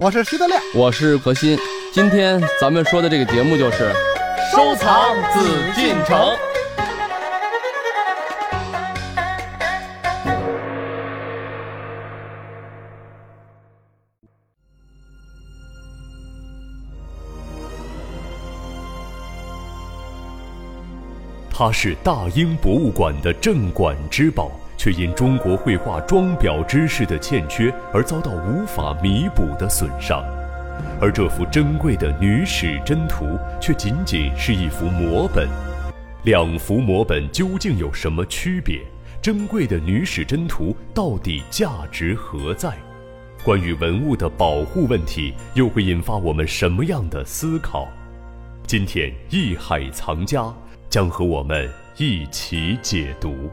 我是徐德亮，我是何鑫。今天咱们说的这个节目就是收藏紫禁城。它是大英博物馆的镇馆之宝，却因中国绘画装裱知识的欠缺而遭到无法弥补的损伤。而这幅珍贵的女史箴图，却仅仅是一幅摹本。两幅摹本究竟有什么区别？珍贵的女史箴图到底价值何在？关于文物的保护问题，又会引发我们什么样的思考？今天艺海藏家将和我们一起解读。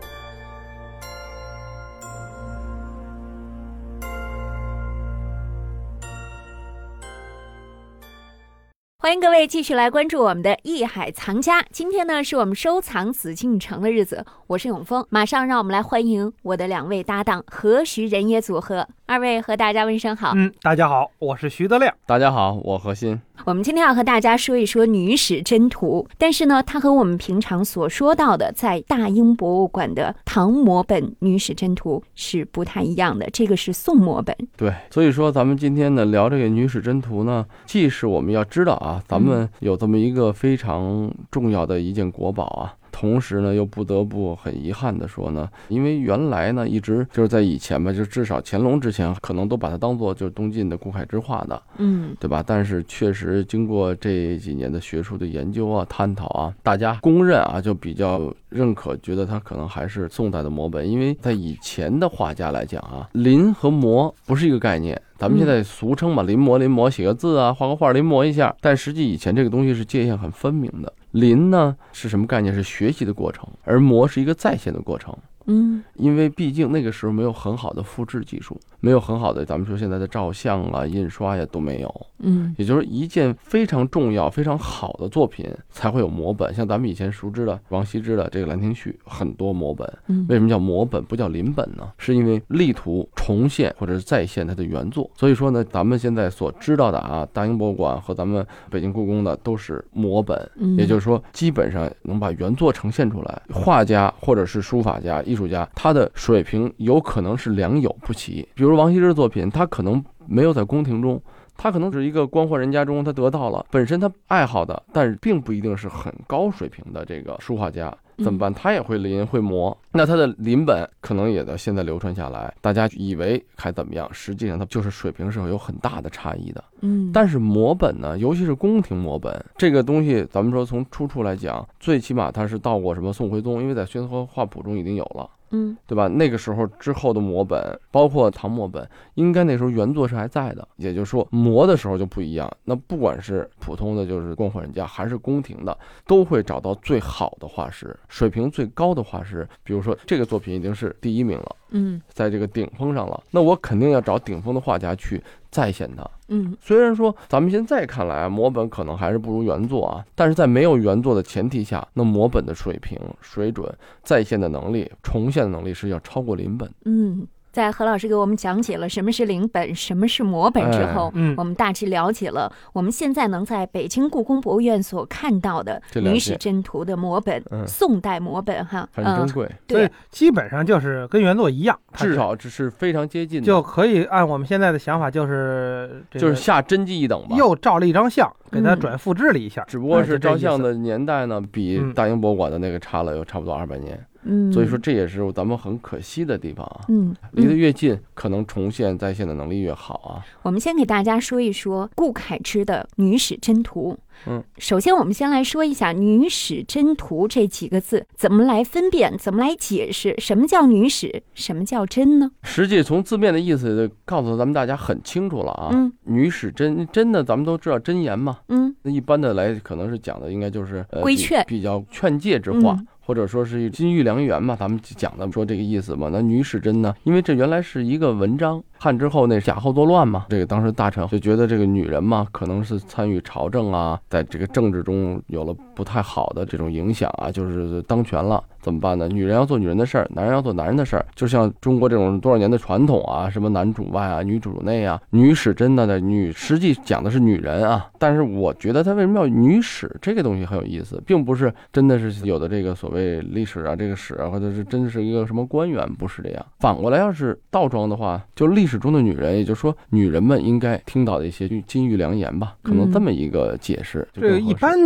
欢迎各位继续来关注我们的艺海藏家。今天呢，是我们收藏紫禁城的日子，我是永峰。马上让我们来欢迎我的两位搭档何许人也组合，二位和大家问声好。嗯，大家好，我是徐德亮。大家好，我何鑫。我们今天要和大家说一说女史箴图，但是呢，它和我们平常所说到的在大英博物馆的唐摹本女史箴图是不太一样的，这个是宋摹本。对，所以说咱们今天呢聊这个女史箴图呢，既是我们要知道啊，咱们有这么一个非常重要的一件国宝啊。同时呢，又不得不很遗憾的说呢，因为原来呢，一直就是在以前吧，就至少乾隆之前，可能都把它当做就是东晋的古楷之画的，嗯，对吧？但是确实经过这几年的学术的研究啊、探讨啊，大家公认啊，就比较认可，觉得它可能还是宋代的摹本，因为在以前的画家来讲啊，临和摹不是一个概念。咱们现在俗称嘛，临摹临摹，写个字啊，画个画临摹一下。但实际以前这个东西是界限很分明的。临呢是什么概念？是学习的过程，而摹是一个再现的过程。嗯，因为毕竟那个时候没有很好的复制技术，没有很好的咱们说现在的照相啊、印刷呀都没有。嗯，也就是一件非常重要、非常好的作品才会有摹本。像咱们以前熟知的王羲之的这个《兰亭序》，很多摹本。嗯为什么叫摹本不叫临本呢？是因为力图重现或者是再现它的原作。所以说呢，咱们现在所知道的啊，大英博物馆和咱们北京故宫的都是摹本，嗯也就是说，基本上能把原作呈现出来。画家或者是书法家、艺术家，他的水平有可能是良莠不齐。比如王羲之的作品，他可能没有在宫廷中。他可能是一个官宦人家中，他得到了本身他爱好的，但是并不一定是很高水平的这个书画家，嗯怎么办？他也会临会摹，那他的临本可能也到现在流传下来，大家以为还怎么样，实际上他就是水平是有很大的差异的。嗯，但是摹本呢，尤其是宫廷摹本这个东西，咱们说从出处来讲，最起码它是到过什么宋徽宗，因为在宣和画谱中已经有了。嗯对吧？那个时候之后的摹本，包括唐摹本，应该那时候原作是还在的。也就是说，摹的时候就不一样。那不管是普通的，就是官宦人家，还是宫廷的，都会找到最好的画师，水平最高的画师。比如说，这个作品已经是第一名了，嗯在这个顶峰上了，那我肯定要找顶峰的画家去再现它。嗯虽然说咱们现在看来啊，摹本可能还是不如原作啊，但是在没有原作的前提下，那摹本的水平、水准、再现的能力、重现的能力是要超过临本。嗯，在何老师给我们讲解了什么是临本，什么是摹本哎之后，嗯我们大致了解了我们现在能在北京故宫博物院所看到的这两女件史箴图的摹本，嗯宋代摹本哈，很嗯珍，贵，所以对，基本上就是跟原作一样，它至少这是非常接近的，就可以按我们现在的想法，就是这就个是下真迹一等吧。又照了一张相，给它嗯转复制了一下，只不过哎是就这照意思相的年代呢，比嗯大英博物馆的那个差了有差不多二百年，嗯，所以说这也是咱们很可惜的地方啊。嗯，离得嗯越近，可能重现再现的能力越好啊。我们先给大家说一说顾恺之的《女史箴图》。嗯，首先我们先来说一下“女史箴图”这几个字怎么来分辨，怎么来解释，什么叫女史，什么叫真呢？实际从字面的意思就告诉咱们大家很清楚了啊。嗯女史箴真的，咱们都知道箴言嘛。嗯那一般的来，可能是讲的应该就是、呃、规比劝比较劝诫之话。嗯或者说是金玉良缘嘛，咱们讲的说这个意思嘛。那女史箴呢，因为这原来是一个文章，汉之后那贾后作乱嘛，这个当时大臣就觉得这个女人嘛，可能是参与朝政啊，在这个政治中有了不太好的这种影响啊，就是当权了怎么办呢？女人要做女人的事儿，男人要做男人的事儿，就像中国这种多少年的传统啊，什么男主外啊，女主内啊，女史真的呢，女实际讲的是女人啊，但是我觉得他为什么要女史这个东西很有意思，并不是真的是有的这个所谓历史啊，这个史啊，或者是真是一个什么官员，不是这样。反过来，要是倒装的话，就历史中的女人，也就是说女人们应该听到的一些金玉良言吧，可能这么一个解释。就这个更合一适般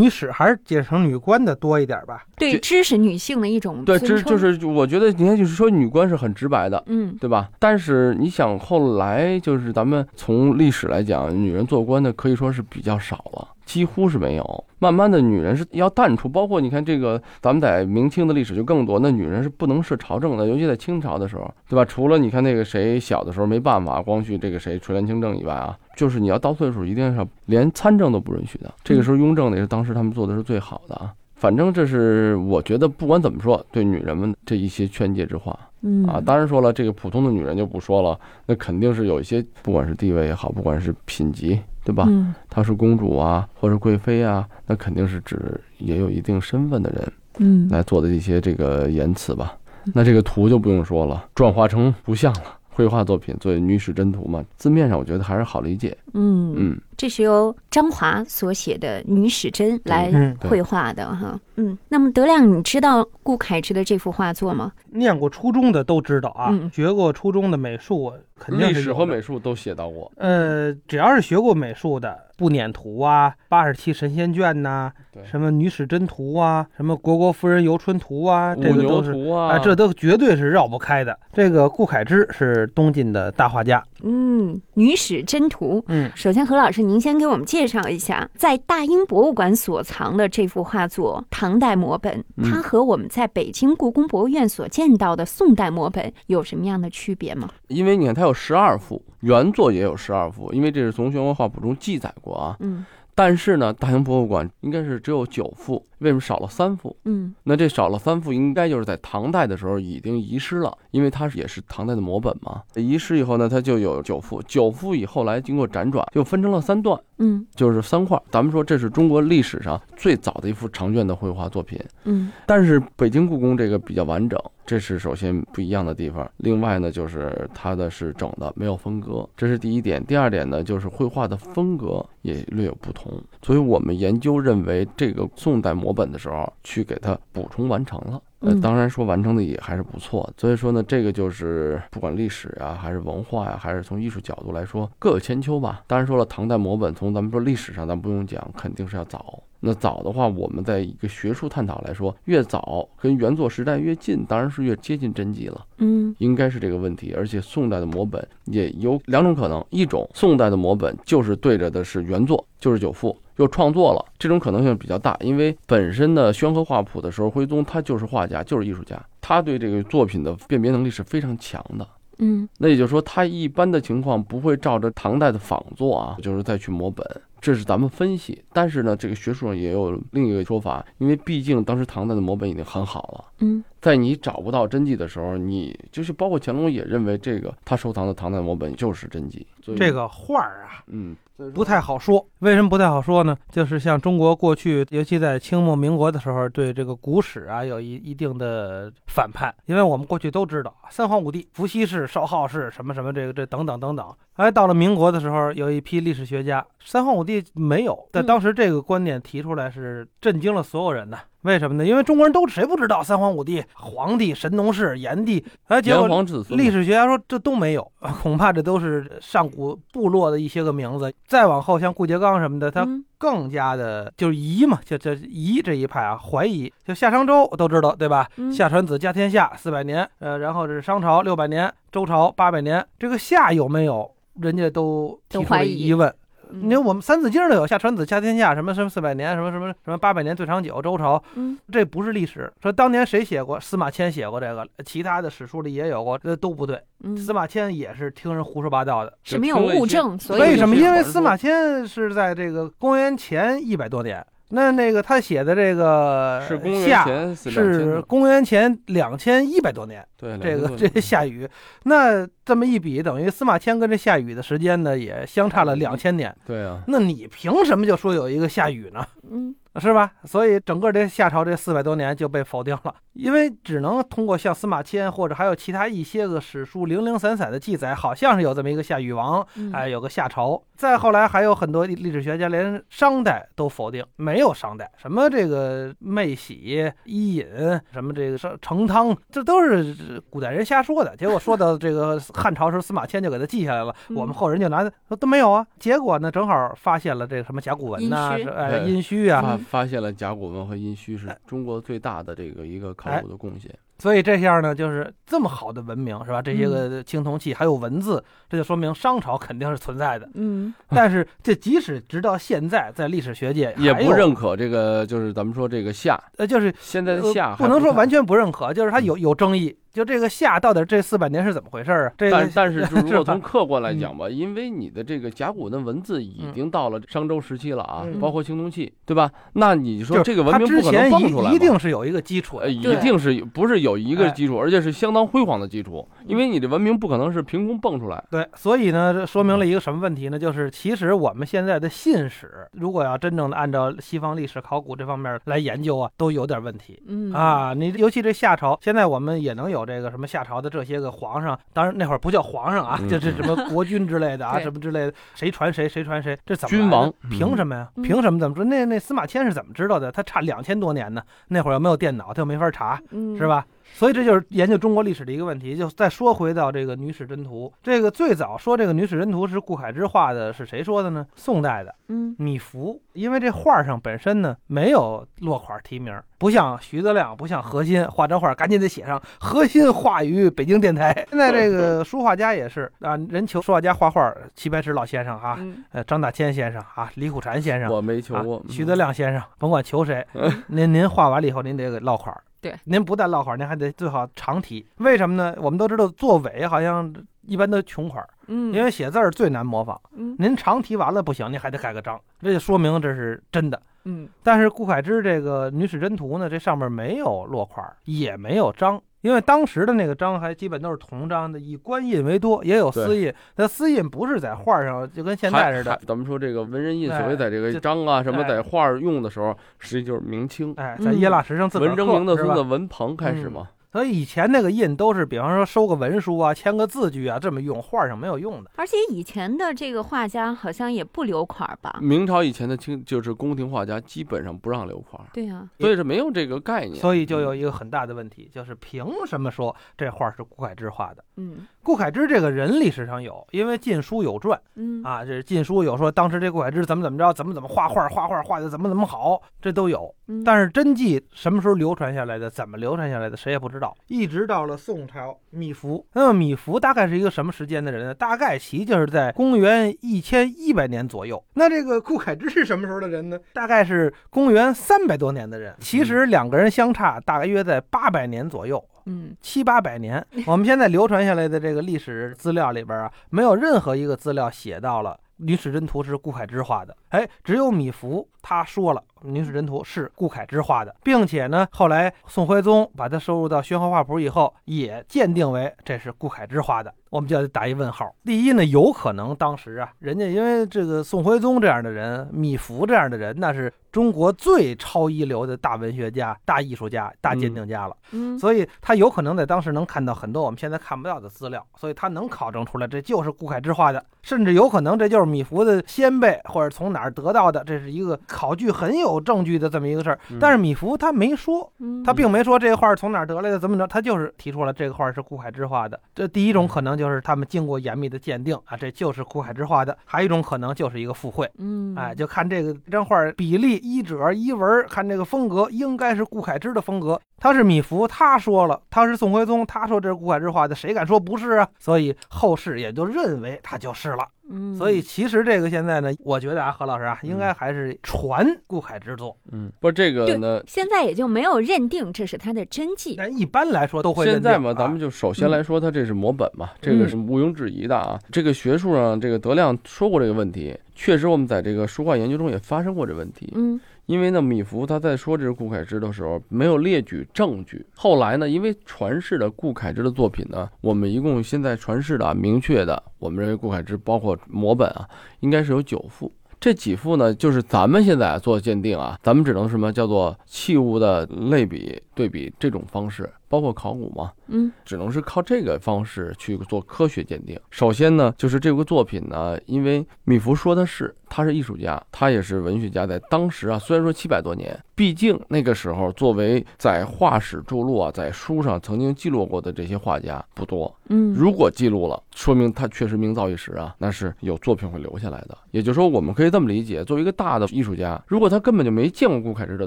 女史还是解成女官的多一点吧。对这知识女性的一种对，尊这称就是我觉得你看，就是说女官是很直白的，嗯对吧？但是你想，后来就是咱们从历史来讲，女人做官的可以说是比较少了，几乎是没有。慢慢的，女人是要淡出，包括你看这个，咱们在明清的历史就更多。那女人是不能是朝政的，尤其在清朝的时候，对吧？除了你看那个谁小的时候没办法，光绪这个谁垂帘听政以外啊，就是你要到岁数，一定是连参政都不允许的。这个时候，雍正也是当时他们做的是最好的啊。反正这是我觉得，不管怎么说，对女人们这一些劝诫之话。嗯啊，当然说了，这个普通的女人就不说了，那肯定是有一些，不管是地位也好，不管是品级，对吧？嗯她是公主啊，或者贵妃啊，那肯定是指也有一定身份的人嗯来做的一些这个言辞吧。那这个图就不用说了，转化成图像了，绘画作品作为女史箴图嘛，字面上我觉得还是好理解。嗯嗯，这是由张华所写的《女史箴》来嗯，对绘画的哈。嗯，那么德亮，你知道顾恺之的这幅画作吗？念过初中的都知道啊，嗯学过初中的美术肯定历是史有和的美术都写到过，呃，只要是学过美术的，《不辇图》啊，《八十七神仙卷》呐对，什么《女史箴图》啊，什么《国国夫人游春图》啊，这五个牛都是图啊、啊，这都绝对是绕不开的。这个顾恺之是东晋的大画家，嗯，《女史箴图》。嗯，首先，何老师，您先给我们介绍一下，在大英博物馆所藏的这幅画作——唐代摹本，嗯它和我们在北京故宫博物院所见到的宋代摹本有什么样的区别吗？因为你看它有十二幅，原作也有十二幅，因为这是从玄关画谱中记载过啊。嗯但是呢，大英博物馆应该是只有九幅，为什么少了三幅？嗯那这少了三幅，应该就是在唐代的时候已经遗失了，因为它也是唐代的摹本嘛。遗失以后呢，它就有九幅，九幅以后来经过辗转，又分成了三段，嗯就是三块。咱们说这是中国历史上最早的一幅长卷的绘画作品，嗯但是北京故宫这个比较完整，这是首先不一样的地方。另外呢，就是它的是整的，没有分割，这是第一点。第二点呢，就是绘画的风格也略有不同。所以我们研究认为，这个宋代摹本的时候去给它补充完成了。呃嗯，当然说完成的也还是不错。所以说呢，这个就是不管历史啊，还是文化呀、还是从艺术角度来说，各有千秋吧。当然说了，唐代摹本从咱们说历史上，咱不用讲，肯定是要早。那早的话，我们在一个学术探讨来说，越早跟原作时代越近，当然是越接近真迹了。嗯应该是这个问题。而且宋代的摹本也有两种可能，一种宋代的摹本就是对着的是原作，就是九幅。又创作了，这种可能性比较大，因为本身呢，宣和画谱的时候，徽宗他就是画家，就是艺术家，他对这个作品的辨别能力是非常强的。嗯那也就是说，他一般的情况不会照着唐代的仿作啊，就是再去摹本，这是咱们分析。但是呢，这个学术上也有另一个说法，因为毕竟当时唐代的摹本已经很好了。嗯在你找不到真迹的时候，你就是包括乾隆也认为这个他收藏的唐代摹本就是真迹。所以这，个画儿啊。嗯，不太好说，为什么不太好说呢？就是像中国过去，尤其在清末民国的时候，对这个古史啊有一一定的反叛，因为我们过去都知道三皇五帝、伏羲氏、少昊氏什么什么这个这等等等等。哎，到了民国的时候，有一批历史学家，三皇五帝没有，在嗯当时这个观点提出来是震惊了所有人的。为什么呢？因为中国人都谁不知道三皇五帝、皇帝、神农氏、炎帝，哎，结炎果黄子孙嘛历史学家说这都没有，啊恐怕这都是上古部落的一些个名字。再往后，像顾颉刚什么的，他嗯更加的就是夷嘛，就这夷这一派啊，怀疑。就夏商周都知道对吧？嗯夏传子家天下四百年，呃，然后这是商朝六百年，周朝八百年，这个夏有没有？人家都提都出怀了疑疑问，嗯你看我们《三字经》都有“夏传子，家天下”，什么什么四百年，什么什么什么八百年最长久，周朝嗯这不是历史。说当年谁写过？司马迁写过这个，其他的史书里也有过，这都不对。嗯司马迁也是听人胡说八道的。是没有物证，所以为什么？因有为些司马迁是在这个公元前一百多年，那那个他写的这个是公元夏前四是公元前两千一百多年，对这个2000这夏禹，那这么一比，等于司马迁跟这夏禹的时间呢也相差了两千年。对啊，那你凭什么就说有一个夏禹呢？嗯，是吧？所以整个这夏朝这四百多年就被否定了，因为只能通过像司马迁或者还有其他一些个史书零零散散的记载，好像是有这么一个夏禹王，嗯哎，有个夏朝。再后来还有很多历历史学家连商代都否定，没有商代，什么这个妹喜、伊尹，什么这个盛成汤，这都是古代人瞎说的。结果说到这个汉朝时，候，司马迁就给他记下来了，嗯我们后人就拿说都没有啊。结果呢，正好发现了这个什么甲骨文呐、殷墟是哎，对殷墟啊，发发现了甲骨文和殷墟是中国最大的这个一个考古的贡献。所以这样呢，就是这么好的文明是吧？这嗯些个青铜器还有文字，这就说明商朝肯定是存在 的。嗯但是这即使直到现在，在历史学界也还不有认可这个，就是咱们说这个夏，呃，就是现在的嗯呃夏还不能说太完全不认可，就是它有有争议。就这个夏到底这四百年是怎么回事儿啊？这但个但是，就如 是吧嗯果从客观来讲吧，因为你的这个甲骨文文字已经到了商周时期了啊，嗯包括青铜器，对吧？那你就说是这个文它明之不可能前蹦出来嘛一一定是有一个基础的呃，，一对定是有不是有一个哎基础，而且是相当辉煌的基础，因为你的文明不可能是凭空蹦出来。对，所以呢，这说明了一个什么问题呢？就是其实我们现在的信史，如果要真正的按照西方历史考古这方面来研究啊，都有点问题。嗯，啊，你尤其这夏朝，现在我们也能有这个什么夏朝的这些个皇上，当然那会儿不叫皇上啊，嗯这这什么 国君之类的啊，对什么之类的，谁传谁谁传谁，这怎么君来的王凭什么呀？嗯凭什么怎么说？那那司马迁是怎么知道的？他差两千多年呢，那会儿又没有电脑，他又没法查，嗯是？吧？所以这就是研究中国历史的一个问题。就再说回到这个《女史箴图》，这个最早说这个《女史箴图》是顾恺之画的，是谁说的呢？宋代的。嗯米芾，因为这画上本身呢没有落款题名，不像徐德亮，不像何心画张画，赶紧得写上“何心画于北京电台”。现在这个书画家也是啊，人求书画家画画，齐白石老先生啊，嗯呃，张大千先生啊，李苦禅先生。我嗯没求啊过，徐德亮先生，甭管求谁，您您画完了以后，您得给落款儿。对您不但落款儿，您还得最好长题。为什么呢？我们都知道作伪好像一般都穷款儿，嗯，因为写字儿最难模仿。嗯您长题完了不行，您还得盖个章，这就说明这是真的。嗯但是顾恺之这个《女史箴图》呢，这上面没有落款儿，也没有章，因为当时的那个章还基本都是铜章的，以官印为多，也有私印。那私印不是在画上，就跟现在似还还的，咱们说这个文人印，所哎谓在这个这章啊什么哎在画儿用的时候，实际就是明清哎，在耶腊石上自个嗯文儿刻征明的是孙子吧？文鹏开始嗯嘛。所以以前那个印都是，比方说收个文书啊，签个字据啊，这么用，画上没有用的。而且以前的这个画家好像也不留款儿吧？明朝以前的清就是宫廷画家基本上不让留块儿，对呀，所以是没有这个概念。嗯所以就有一个很大的问题，就是凭什么说这画是顾恺之画的？嗯顾恺之这个人历史上有，因为《晋书》有传。嗯啊，这《晋书》有说当时这顾恺之怎么怎么着，怎么怎么画画，画画画的怎么怎么好，这都有。嗯但是真迹什么时候流传下来的，怎么流传下来的，谁也不知道。一直到了宋朝，米芾。那么米芾大概是一个什么时间的人呢？大概其就是在公元一千一百年左右。那这个顾恺之是什么时候的人呢？大概是公元三百多年的人。其实两个人相差大约在八百年左右。嗯七八百年，我们现在流传下来的这个历史资料里边啊，没有任何一个资料写到了《女史箴图》是顾恺之画的。哎，只有米芾他说了，《女史箴图》是顾恺之画的，并且呢，后来宋徽宗把它收入到《宣和画谱》以后，也鉴定为这是顾恺之画的。我们就要打一问号。第一呢，有可能当时啊，人家因为这个宋徽宗这样的人，米芾这样的人，那是中国最超一流的大文学家、大艺术家、大鉴定家了。嗯所以他有可能在当时能看到很多我们现在看不到的资料，所以他能考证出来这就是顾恺之画的，甚至有可能这就是米芾的先辈或者从哪儿得到的，这是一个考据很有证据的这么一个事儿。嗯但是米芾他没说，嗯他并没说这画儿从哪儿得来的，怎么着，他就是提出了这个画儿是顾恺之画的。这第一种可能就是他们经过严密的鉴定啊，这就是顾恺之画的；还有一种可能就是一个附会。嗯哎，就看这个这张画儿比例、衣褶、衣纹儿，看这个风格，应该是顾恺之的风格。他是米芾，他说了；他是宋徽宗，他说这是顾恺之画的，谁敢说不是啊？所以后世也就认为他就是了。嗯所以其实这个现在呢，我觉得啊，何老师啊，应该还是传顾恺之作，嗯，不是这个对呢，现在也就没有认定这是他的真迹。但一般来说都会现认定在嘛，啊嗯咱们就首先来说，它这是摹本嘛，这个是毋庸置疑的啊。这个学术上，这个德亮说过这个问题，确实，我们在这个书画研究中也发生过这问题。嗯因为呢，米芾他在说这是顾恺之的时候，没有列举证据。后来呢，因为传世的顾恺之的作品呢，我们一共现在传世的、啊、明确的，我们认为顾恺之包括摹本啊，应该是有九幅。这几幅呢，就是咱们现在啊做鉴定啊，咱们只能什么叫做器物的类比、对比这种方式，包括考古嘛，嗯只能是靠这个方式去做科学鉴定。首先呢，就是这个作品呢，因为米芾说的是他是艺术家，他也是文学家，在当时啊，虽然说七百多年，毕竟那个时候作为在画史著录啊，在书上曾经记录过的这些画家不多，嗯如果记录了，说明他确实名噪一时啊，那是有作品会留下来的。也就是说，我们可以这么理解：作为一个大的艺术家，如果他根本就没见过顾恺之的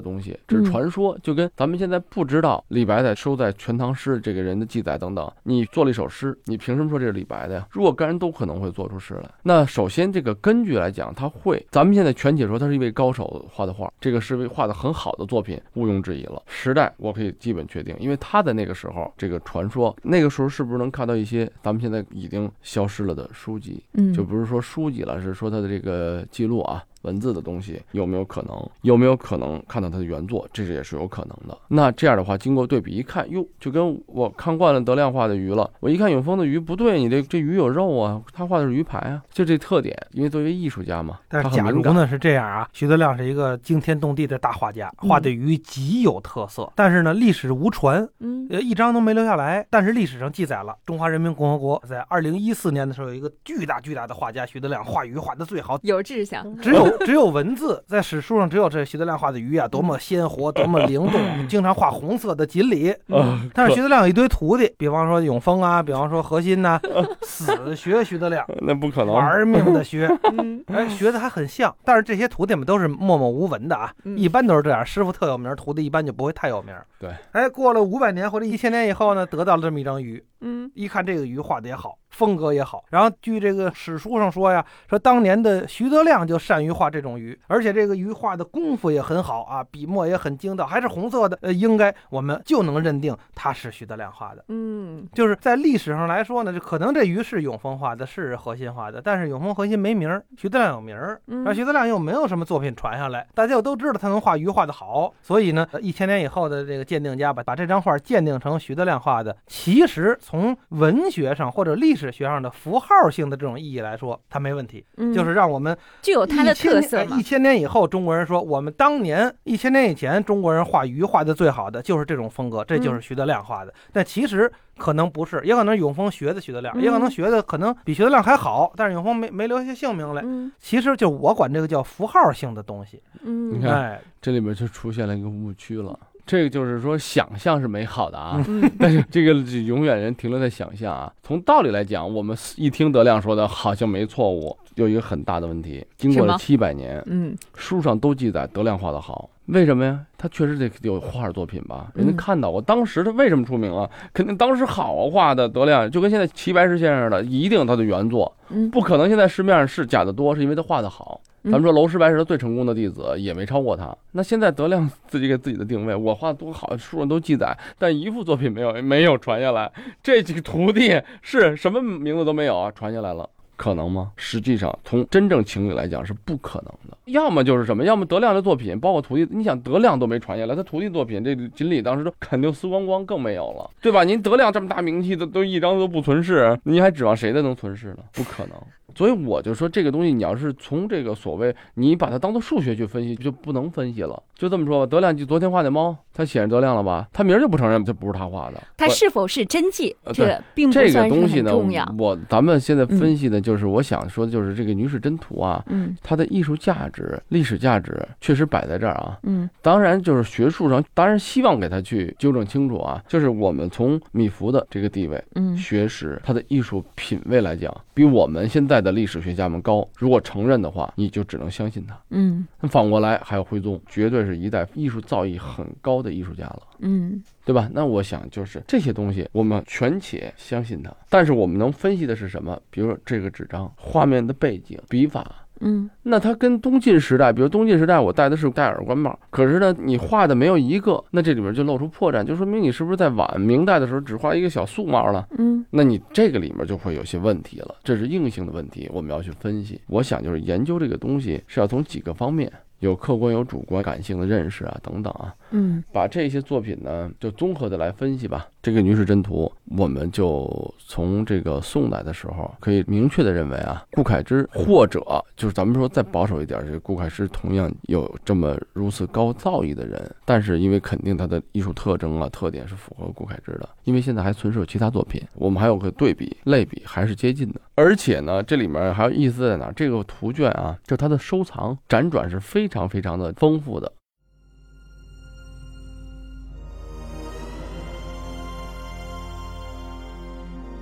东西，只是传说，就跟咱们现在不知道李白在收在《全唐诗》这个人的记载等等，你做了一首诗，你凭什么说这是李白的呀？若干人都可能会做出诗来。那首先这个根据来讲，他会，咱们现在全解说他是一位高手画的画，这个是位画的很好的作品，毋庸置疑了。时代我可以基本确定，因为他在那个时候，这个传说那个时候是不是能看到一些咱们现在已经消失了的书籍？嗯就不是说书籍了，是说他的这个记录啊，文字的东西有没有可能？有没有可能看到他的原作？这是也是有可能的。那这样的话，经过对比一看，哟，就跟我看惯了德亮画的鱼了，我一看永丰的鱼不对，你这这鱼有肉啊，他画的是鱼排啊，就这特点。因为作为艺术家嘛，但他是很假如敏感。呢是这样啊，徐德亮是一个惊天动地的大画家，画的鱼极有特色，但是呢历史无传，嗯呃，一张都没留下来。但是历史上记载了，中华人民共和国在二零一四年的时候，有一个巨大巨大的画家徐德亮画鱼画的最好，有志向，只 有只有文字，在史书上只有这徐德亮画的鱼啊，多么鲜活，多么灵 动，经常画红色的锦鲤。啊，嗯哦但是可徐德亮有一堆徒弟，比方说永丰啊，比方说何心 呐、死学徐德亮，那不 可能，玩 命的学，嗯哎，学的还很像。但是这些徒弟们都是默默无闻的啊，嗯一般都是这样，师傅特有名，徒弟一般就不会太有名。对，哎，过了五百年或者一千年以后呢，得到了这么一张鱼，嗯一看这个鱼画的也好，风格也好。然后据这个史书上说呀，说当年的徐德亮就善于画这种鱼，而且这个鱼画的功夫也很好啊，笔墨也很精到，还是红色的，呃，应该我们就能认定它是徐德亮画的。嗯就是在历史上来说呢，这可能这鱼是永丰画的，是何心画的，但是永丰何心没名儿，徐德亮有名儿，嗯然后徐德亮又没有什么作品传下来，大家又都知道他能画鱼画的好，所以呢，呃一千年以后的这个鉴定家把把这张画鉴定成徐德亮画的，其实从文学上或者历史学上的符号性的这种意义来说，它没问题，嗯，就是让我们具有它的特色一千年哎嘛一，千年以后，中国人说我们当年一千年以前中国人画鱼画的最好的就是这种风格，这嗯就是徐德亮画的。但其实可能不是，也可能永丰学的徐德亮，嗯也可能学的可能比徐德亮还好，但是永丰没没留下姓名来。嗯其实就我管这个叫符号性的东西。嗯，你看哎，这里边就出现了一个误区了。这个就是说，想象是美好的 啊，嗯但是这个永远人停留在想象啊。从道理来讲，我们一听德亮说的好像没错误，有一个很大的问题。经过什了么七百年，嗯书上都记载德亮画的好，为什么呀？他确实得有画作品吧？人家嗯看到我当时他为什么出名啊？肯定当时好啊，画的德亮就跟现在齐白石先生的，一定他的原作，嗯不可能现在市面上是假的多，是因为他画的好。嗯咱们说娄师白是他最成功的弟子，也没超过他。那现在德亮自己给自己的定位，我画得多好，书上都记载，但一幅作品没有没有传下来。这几个徒弟是什么名字都没有啊，传下来了。可能吗？实际上，从真正情侣来讲是不可能的。要么就是什么，要么德亮的作品，包括徒弟，你想德亮都没传下来，他徒弟作品这锦鲤当时都肯定撕光光，更没有了，对吧？您德亮这么大名气都都一张都不存世，您还指望谁的能存世呢？不可能。所以我就说，这个东西你要是从这个所谓你把它当做数学去分析，就不能分析了。就这么说吧，德亮就昨天画那猫，它显示德亮了吧？他明儿就不承认这不是他画的。它我是否是真迹，呃这对个并不这个嗯算是东西很呢重要。，我咱们现在嗯分析的就是，我想说的就是这个《女史箴图》啊，嗯它的艺术价值、历史价值确实摆在这儿啊。嗯当然，就是学术上，当然希望给他去纠正清楚啊。就是我们从米芾的这个地位，嗯学识，他的艺术品位来讲，比我们现在的历史学家们高。如果承认的话，你就只能相信他。嗯那反过来，还有徽宗，绝对是一代艺术造诣很高的艺术家了。嗯对吧？那我想就是这些东西，我们全且相信它，但是我们能分析的是什么？比如说这个纸张、画面的背景、笔法，嗯那它跟东晋时代，比如东晋时代我戴的是戴耳冠帽，可是呢，你画的没有一个，那这里面就露出破绽，就说明你是不是在晚明代的时候只画一个小素帽了？嗯那你这个里面就会有些问题了，这是硬性的问题，我们要去分析。我想就是研究这个东西是要从几个方面，有客观、有主观、感性的认识啊，等等啊，嗯把这些作品呢就综合的来分析吧。这个《女史箴图》，我们就从这个宋代的时候，可以明确的认为啊，顾恺之或者就是咱们说再保守一点，这个顾恺之同样有这么如此高造诣的人，但是因为肯定他的艺术特征啊特点是符合顾恺之的，因为现在还存有其他作品，我们还有个对比类比，还是接近的。而且呢，这里面还有意思在哪儿？这个图卷啊，就它的收藏辗转是非常非常的丰富的。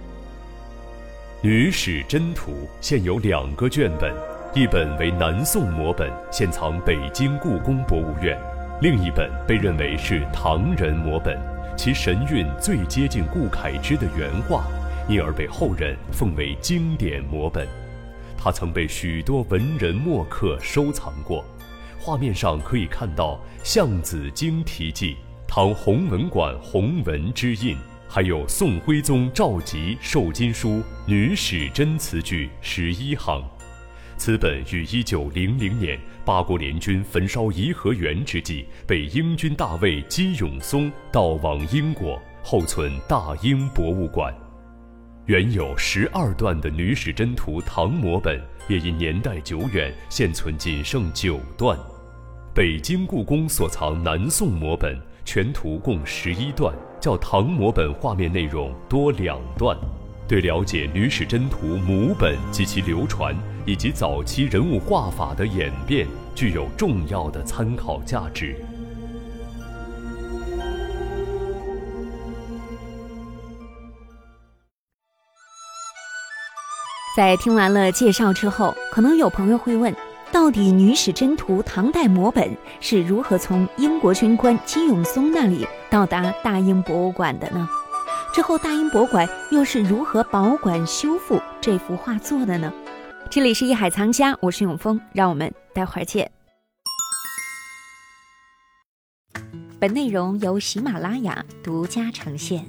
《女史箴图》现有两个卷本，一本为南宋摹本，现藏北京故宫博物院；另一本被认为是唐人摹本，其神韵最接近顾恺之的原画，因而被后人奉为经典摹本。它曾被许多文人墨客收藏过。画面上可以看到《项子经题记》《唐弘文馆弘文之印》，还有宋徽宗赵佶授金书《女史箴》词句十一行。此本于一九零零年八国联军焚烧颐和园之际，被英军大尉姬永松盗往英国，后存大英博物馆。原有十二段的《女史箴图》唐摹本也因年代久远，现存仅剩九段。北京故宫所藏南宋摹本全图共十一段，较唐摹本画面内容多两段。对了解《女史箴图》母本及其流传，以及早期人物画法的演变，具有重要的参考价值。在听完了介绍之后，可能有朋友会问，到底《女史箴图》唐代摹本是如何从英国军官金永松那里到达大英博物馆的呢？之后大英博物馆又是如何保管修复这幅画作的呢？这里是一海藏家，我是永峰，让我们待会儿见。本内容由喜马拉雅独家呈现。